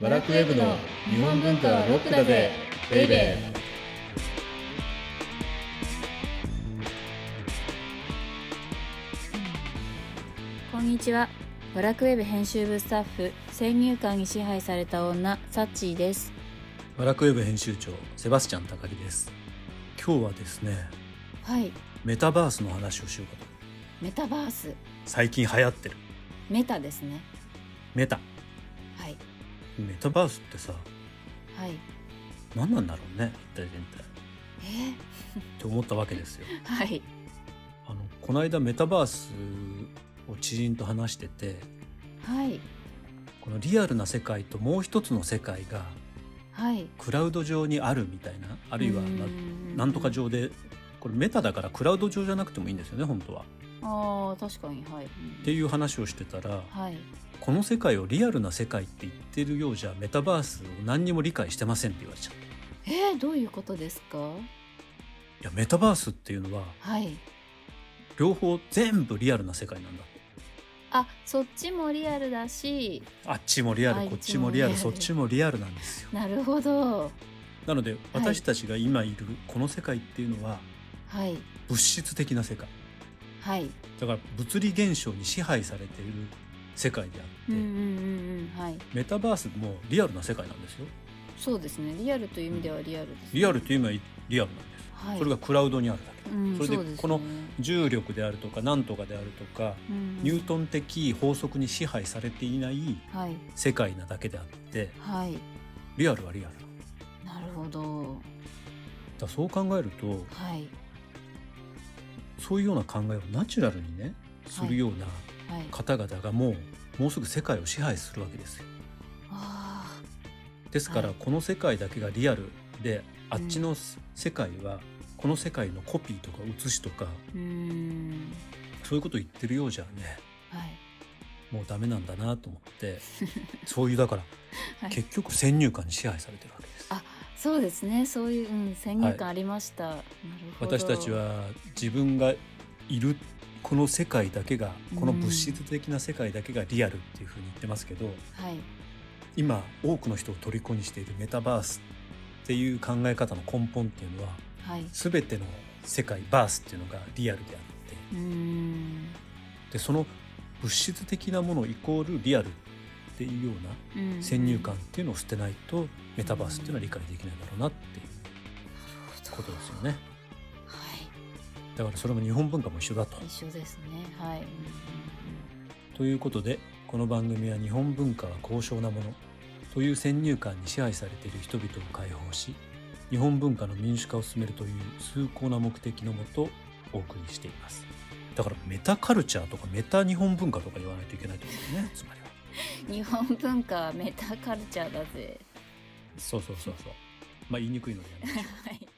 バラクウェブの日本文化はロックだぜベイベーこんにちは。ワラクウェブ編集部スタッフ、先入観に支配された女、サッチーです。ワラクウェブ編集長セバスチャン高木です今日はですねはい、メタバースの話をしようかとメタバース、最近流行ってるメタですね。メタはい、メタバースってさはい。何なんだろうね一体全体えって思ったわけですよー、はい、あのこの間メタバースを知人と話しててはい、このリアルな世界ともう一つの世界がはい。クラウド上にあるみたいなああるいはななんとか。上でこれメタだからクラウド上じゃなくてもいいんですよね本当は。ああ、確かに、はい。うんっていう話をしてたら、はい。この世界をリアルな世界って言ってるようじゃメタバースを何にも理解してませんって言われちゃったいえー、どういうことですか。やメタバースっていうのははい。両方全部リアルな世界なんだあ、そっちもリアルだし。あっちもリアあルこっちもリアルそっちもリアルなんですよなるほど。なので私たちが今いるこの世界っていうのははい。物質的な世界はい。だから物理現象に支配されている世界であって、うんうんうんうん、はい。メタバースもリアルな世界なんですよそうですね。リアルという意味ではリアルです、ね。リアルという意味はリアルなんです、はい。それがクラウドにあるだけだ、うん、それでうすねこの重力であるとかなんとかであるとかうんニュートン的法則に支配されていないはい世界なだけであってはいリアルはリアルだなるほどからそう考えるとはいそういうような考えをナチュラルにねするようなはい方々がもうもうすぐ世界を支配するわけですよあですからはいこの世界だけがリアルであっちうの世界はこの世界のコピーとか写しとかーうーんそういうこと言ってるようじゃねはいもうダメなんだなと思って そういうだからはい結局先入観に支配されてるわけですあそうですねそういう、うん、先入は観ありました、なるほど私たちは自分がいるこの世界だけがこの物質的な世界だけがリアルっていうふうに言ってますけどはい今多くの人を虜にしているメタバースっていう考え方の根本っていうのははい全ての世界バースっていうのがリアルであってうーんでその物質的なものイコールリアルっていうよううんな先入観っていうのを捨てないとメタバースっていうのは理解できないだろうなっていうことですよねはだからそれも日本文化も一緒だとい。一緒ですねはい、うんうんということでこの番組は日本文化は高尚なものという先入観に支配されている人々を解放し日本文化の民主化を進めるという崇高な目的のもとお送りしていますだからメタカルチャーとかメタ日本文化とか言わないといけないってことですねつまりはうん日本文化はメタカルチャーだぜそうそうそうそうまあ言いにくいのでやめましょうはい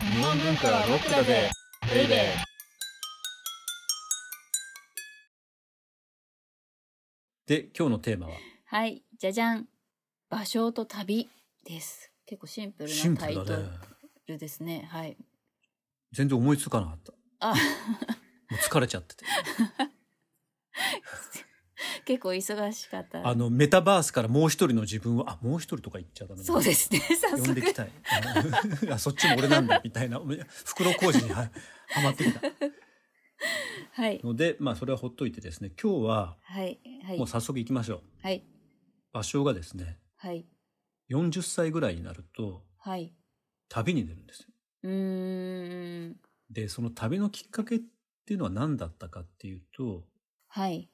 日本文化はロックだぜベイベーで今日のテーマははいじゃじゃん場所と旅です結構シンプルシンなプタイルトだねルですねはい全然思いつかなかった あもう疲れちゃってて結構忙しかったあのメタバースからもう一人の自分をあもう一人とか言っちゃダメだそうですね早 呼んで速きたい。 あそっちも俺なんだみたいな袋小路にははまってきたはいので、まあそれはほっといてですね。今日ははいはいもう早速行きましょう。はい場所がですね、はい40歳ぐらいになるとはい旅に出るんですよ。うーんで、その旅のきっかけっていうのは何だったかっていうと、はい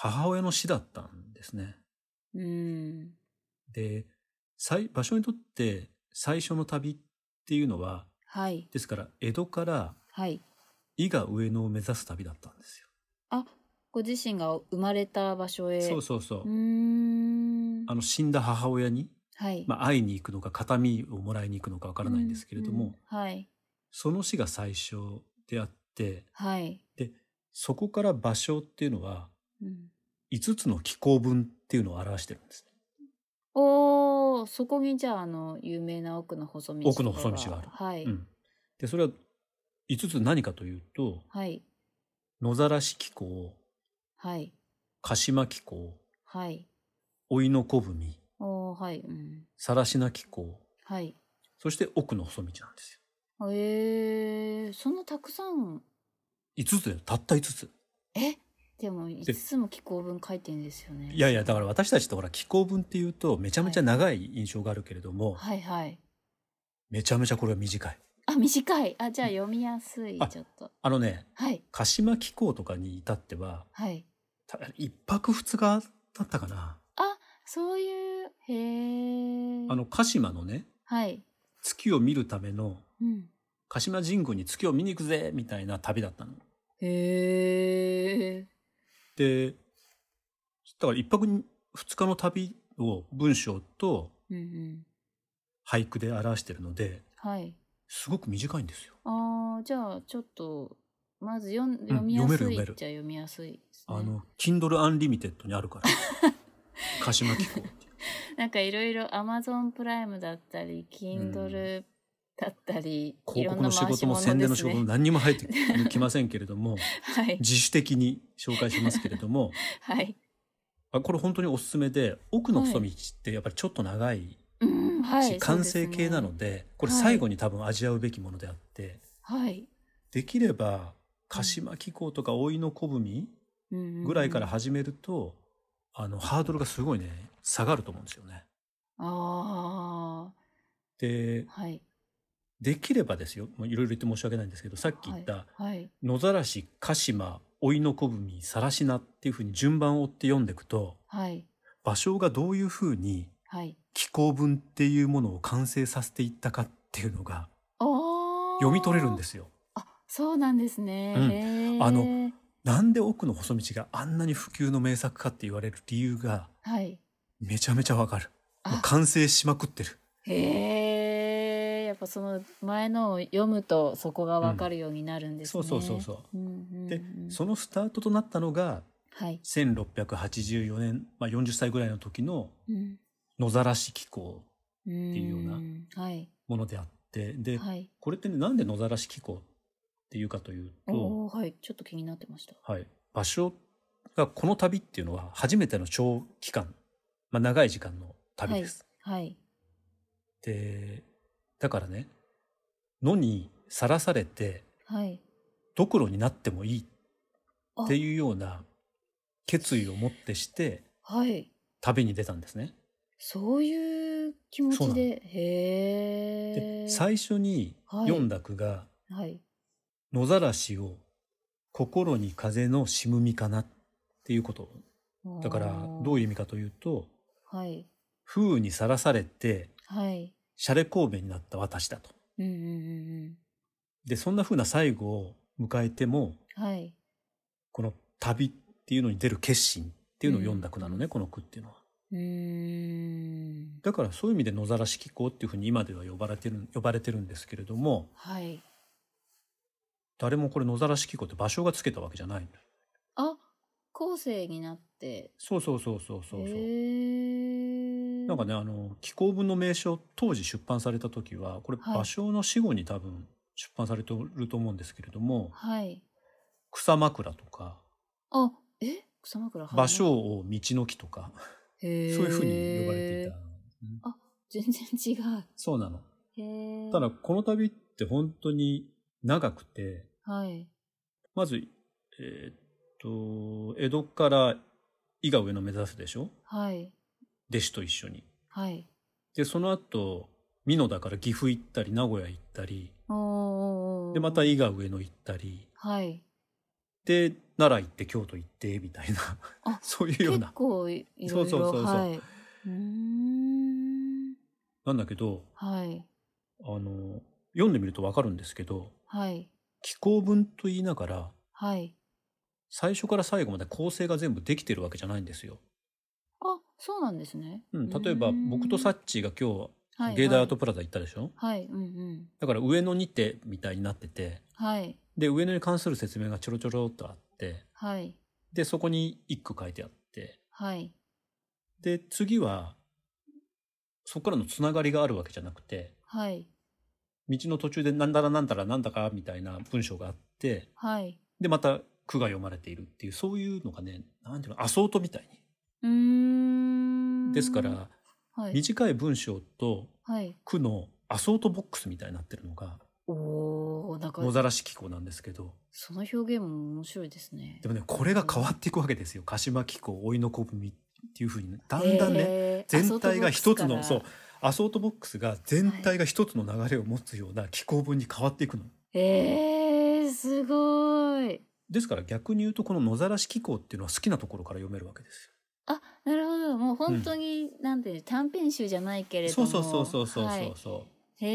母親の死だったんですね。うーんで、最場所にとって最初の旅っていうのは、はいですから江戸からはい伊賀上野を目指す旅だったんですよ。あご自身が生まれた場所へそうそうそうう。ーんあの死んだ母親にはいまあ、会いに行くのか形見をもらいに行くのかわからないんですけれども、うんうんはいその死が最初であってはいそこから芭蕉っていうのはうん5つの紀行文っていうのを表してるんです。おーそこにじゃああの有名な奥の細道奥の細道があるはい、うん、でそれは5つ何かというとはい野ざらし紀行、はい鹿島紀行、はい老いの小文、おーはいうんさらしな紀行、はいそして奥の細道なんですよ。えー、そんなたくさん5つだよ、たった5つ。えでも5つも気候文書いてんですよねいやいや、だから私たちってほら、紀行文っていうと、めちゃめちゃ長い印象があるけれども、はいはいめちゃめちゃこれは短い。あ短いあじゃあ読みやすいあちょっとあのね、はい鹿島紀行とかに至っては、はいた一泊二日だったかな。そういうへえあの、鹿島のね、はい月を見るための、うん鹿島神宮に月を見に行くぜみたいな旅だったの。へえで、だから一泊二日の旅を文章とうんうん俳句で表してるので、はいすごく短いんですよ。あーじゃあちょっとまず読ん読みやすい、読める読めるじゃあ読みやすいですねあの、Kindle Unlimited にあるから。 鹿島紀行って。なんかいろいろ Amazon プライムだったり Kindle だったり、い広ろん告なの仕回し事も物宣伝のです仕ね事も何にも入ってきませんけれども、はい自主的に紹介しますけれども、はいあこれ本当におすすめで、奥の細道ってやっぱりちょっと長いし、うんはい完成形なでので、これはい最後に多分味わうべきものであって、はい、できれば、鹿島紀行とか老いの小文うんうんうんぐらいから始めると、あの、ハードルがすごいね、下がると思うんですよね。あであ、はいできればですよ、もういろいろ言って申し訳ないんですけど、さっき言った、はい野ざらし、鹿島、老いの小文、さらしなっていうふうに順番を追って読んでいくと、はい芭蕉がどういうふうにはい紀行文っていうものを完成させていったかっていうのがお読み取れるんですすよ。あそうなんですね、うんへーあのなんで奥の細道があんなに普及の名作かって言われる理由がはいめちゃめちゃわかる。あもう完成しまくってる。へえやっぱその前のを読むとそこがわかるようになるんですそね、うそうそうそう。うんうんうんで、そのスタートとなったのがはい、 1684年、まあ、40歳ぐらいの時のうん、野ざらし紀行っていうようなはいものであって、で、はいこれってね、なんで野ざらし紀行っていうかというと、おーはいちょっと気になってましたはい、場所がこの旅っていうのは初めての長期間、まあ、長い時間の旅です。はいで、だからね、野にさらされて、はいどころになってもいいあっていうような決意を持ってしてはい旅に出たんですね。そういう気持そちうなのでへえで、最初に読んだ句が、はい野ざらしを心に風のしむみかなっていうこと。だから、どういいう意味かというと、うはい風雨にさらされて、はいシャレ神戸になった私だと。うんうんうんで、そんな風な最後を迎えても、うんはいこの旅っていうのに出る決心っていうのを読んだ句なのね、この句っていうのは。うーんだからそういう意味で野ざらし紀行っていうふうに今では呼ばれてる、呼ばれてるんですけれども、はい誰もこれ野ざらし紀行って場所がつけたわけじゃないの。あ後世になってそうそうそうそうそうそう。へえなんかね、あの、紀行文の名称、当時出版された時は、これ、はい芭蕉の死後に多分出版されてると思うんですけれども、はい草枕とか、あえ草枕芭蕉を道の木とか、そうそいういうふうに呼ばれていた。全然違う。そうなの。へーただ、この旅って本当に長くて、はい。まず、えーっと、江戸から伊賀上野目指すでしょはい。弟子と一緒に。はい。で、その後、美濃だから岐阜行ったり、名古屋行ったり、おーおーおーで、また伊賀上野行ったり、はい。で奈良行って京都行ってみたいなあ そういうよう結な構いいそろういそうろ。そうそうはい。うーん。なんだけどはい。あの読んでみるとわかるんですけどはい。紀行文と言いながらはい。最初から最後まで構成が全部できてるわけじゃないんですよ。あ、そうなんですね。うん、例えば僕とサッチーが今は日い芸大アートプラザ行ったでしょ、はい。はい。うんうん。だから上野にてみたいになっててはい。で上野に関する説明がちょろちょろっとあってはい。でそこに一句書いてあってはい。で次はそこからのつながりがあるわけじゃなくてはい。道の途中でなんだらなんだらなんだかみたいな文章があってはい。でまた句が読まれているっていうそういうのがねなんていうのアソートみたいうんにですからはい、短い文章とはい、句のアソートボックスみたいになってるのがおーなんか野ざらし機構なんですけどその表現も面白いですねでもねこれが変わっていくわけですよ鹿島機構老いの子組っていうふうにねだんだんねね全体が一つのそうアソートボックスが全体が一つの流れを持つような機構文に変わっていくの。えー、すごいですから逆に言うとこの野ざらし機構っていうのは好きなところから読めるわけですよ。あなるほどもう本当に、なんていうの短編集じゃないけれどそうもそうそうそうそうはそいうそへ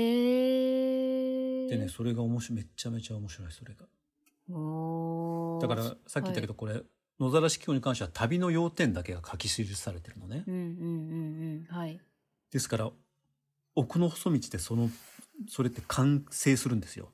えう。でねそれが面白いめっちゃめちゃ面白いそれが。おーだからさっき言ったけどこれ、野ざらし機構に関しては旅の要点だけが書き記されてるのねう。んうんうんうんはいですから奥の細道でそのそれって完成するんですよ。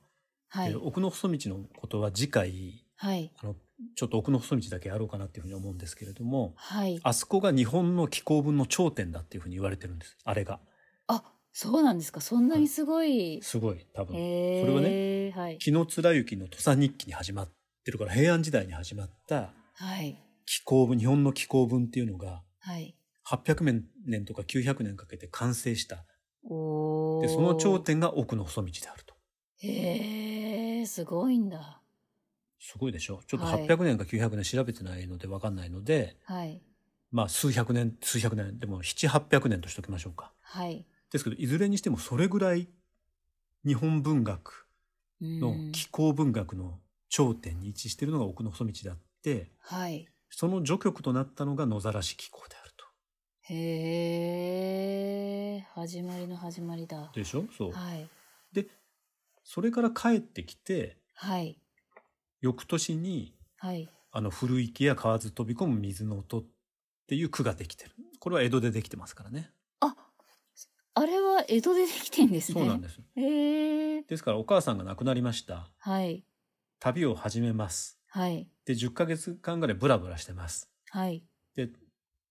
はでい奥の細道のことは次回はいあのちょっと奥の細道だけやろうかなっていうふうに思うんですけれどもはいあそこが日本の気候文の頂点だっていうふうに言われてるんですあれがあそうなんですかそんなにすごい、すごい多分へえそれはねはい紀貫之の土佐日記に始まってるから平安時代に始まったはい気候文日本の気候文っていうのがはい800年とか900年かけて完成したおーでその頂点が奥の細道であるとへえすごいんだすごいでしょちょっとはい800年か900年調べてないので分かんないので、はいまあ数百年数百年でも700800年としておきましょうかはいですけどいずれにしてもそれぐらい日本文学うのん気候文学の頂点に位置しているのが奥の細道であってはいその序曲となったのが野ざらし気候であるへえ始まりの始まりだと。でしょそう、はいそれから帰ってきてはい翌年にはいあの古池や河津飛び込む水の音っていう句ができてるこれは江戸でできてますからねああれは江戸でできてんですね。そうなんですへえですからお母さんが亡くなりましたはい旅を始めますはいで10ヶ月間ぐらいブラブラしてますはいで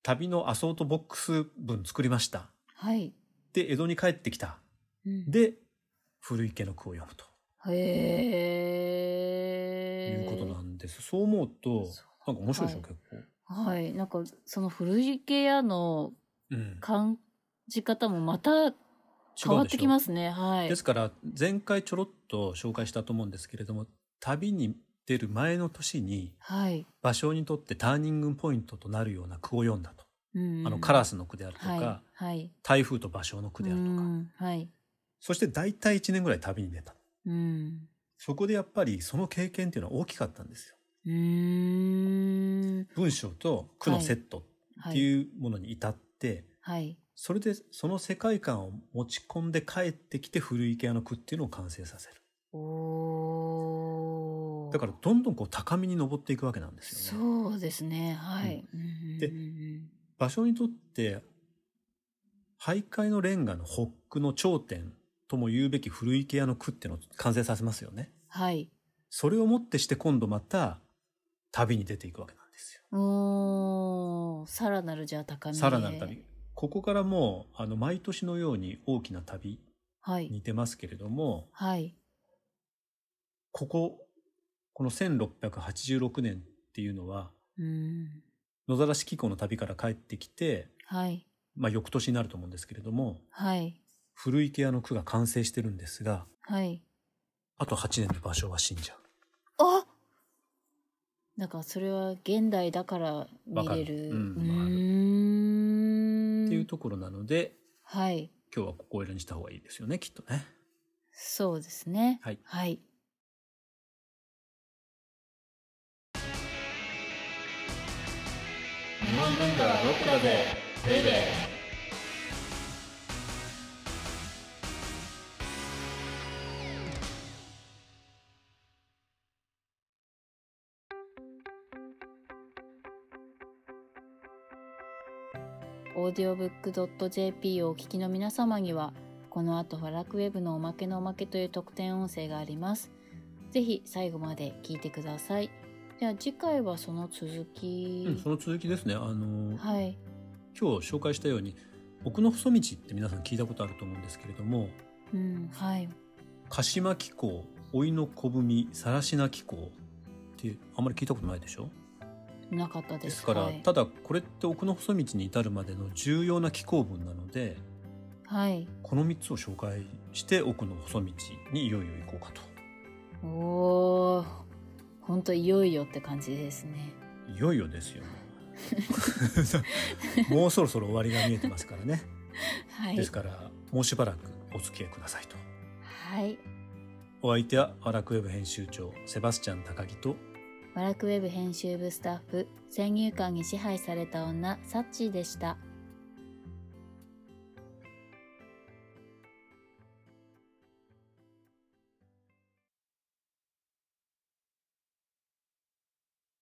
旅のアソートボックス分作りましたはい。で江戸に帰ってきたうん、で古池の句を読むといへえうことなんです、そう思うとそうなんか面白いでしょ、は結構、はいなんかその古池屋のうん、、感じ方もまた変わってきますすね。はいですから前回ちょろっと紹介したと思うんですけれども旅に出る前の年にはい。芭蕉にとってターニングポイントとなるような句を読んだと、うんあのカラスの句であるとか、はいはい台風と芭蕉の句であるとか、うんはいそして大体1年ぐらい旅に出たうんそこでやっぱりその経験っていうのは大きかったんですようーん文章と句のセットっはていいうものに至って、はいそれでその世界観を持ち込んで帰ってきて古池屋の句っていうのを完成させるおーだからどんどんこう高みに登っていくわけなんですよねそうですねはい、でうんうんうん場所にとって徘徊のレンガの北区の頂点とも言うべき古池屋の句っていうのを完成させますよねはいそれをもってして今度また旅に出ていくわけなんですよおーさらなるじゃあ高みへさらなる旅ここからもうあの毎年のように大きな旅はい似てますけれどもはいこここの1686年っていうのはうん野ざらし紀行の旅から帰ってきて、はいまあ、翌年になると思うんですけれどもはい古池屋の句が完成してるんですがはいあと8年で芭蕉は死んじゃあなんかそれは現代だから見れるわかるうんうーうんっていうところなので、はい今日はここを選にした方がいいですよねきっとね。そうですねはいはい日本文化はロックだぜベイベーオーディオブックドット JP をお聞きの皆様にはこの後はラクウェブのおまけのおまけという特典音声がありますぜひ最後まで聞いてくださいでは次回はその続き、うん、その続きですねあの、はい今日紹介したように奥の細道って皆さん聞いたことあると思うんですけれどもうんはい鹿島紀行老いの小文さらしな紀行ってあんまり聞いたことないでしょなかったですですから、はい、ただこれって奥の細道に至るまでの重要な紀行文なのではい、この3つを紹介して奥の細道にいよいよ行こうかと。おおほんといよいよって感じですねいよいよですよ。 もうそろそろ終わりが見えてますからね。はいですからもうしばらくお付き合いくださいと。はいお相手はワラクウェブ編集長セバスチャン高木とワラクウェブ編集部スタッフ先入観に支配された女サッチーでした